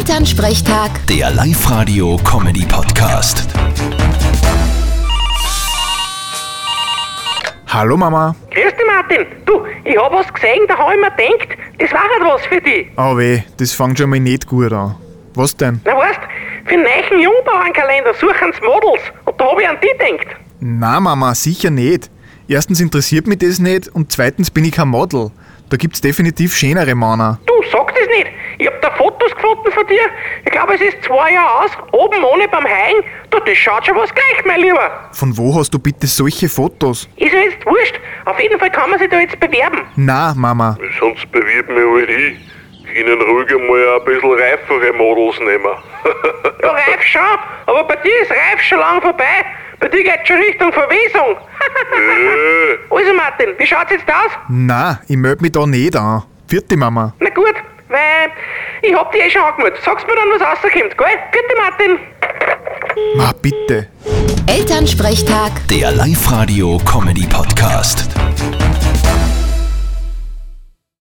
Elternsprechtag, Der Live-Radio-Comedy-Podcast. Hallo Mama. Grüß dich, Martin. Du, ich hab was gesehen, da hab ich mir gedacht, das war halt was für dich. Oh weh, das fängt schon mal nicht gut an. Was denn? Na weißt, für einen neuen Jungbauernkalender suchen sie Models. Und da hab ich an die gedacht. Na Mama, sicher nicht. Erstens interessiert mich das nicht und zweitens bin ich kein Model. Da gibt's definitiv schönere Männer. Du, sag das nicht. Ich hab da Fotos gefunden von dir. Ich glaube, es ist zwei Jahre aus, oben ohne beim Haien. Du, das schaut schon was gleich, mein Lieber. Von wo hast du bitte solche Fotos? Ist ja jetzt wurscht. Auf jeden Fall kann man sich da jetzt bewerben. Na Mama, Sonst bewirb mich halt ich. Können ruhig einmal ein bisschen reifere Models nehmen. Ja, reif schon, aber bei dir ist reif schon lang vorbei. Bei dir geht's schon Richtung Verwesung. Äh, also, Martin, wie schaut's jetzt aus? na, ich meld mich da nicht an. Vierte Mama. Na gut, weil ich hab die eh schon angemeldet. Sagst mir dann, was rauskommt, gell? Gute Martin. Ma bitte. Elternsprechtag. Der Live-Radio-Comedy-Podcast.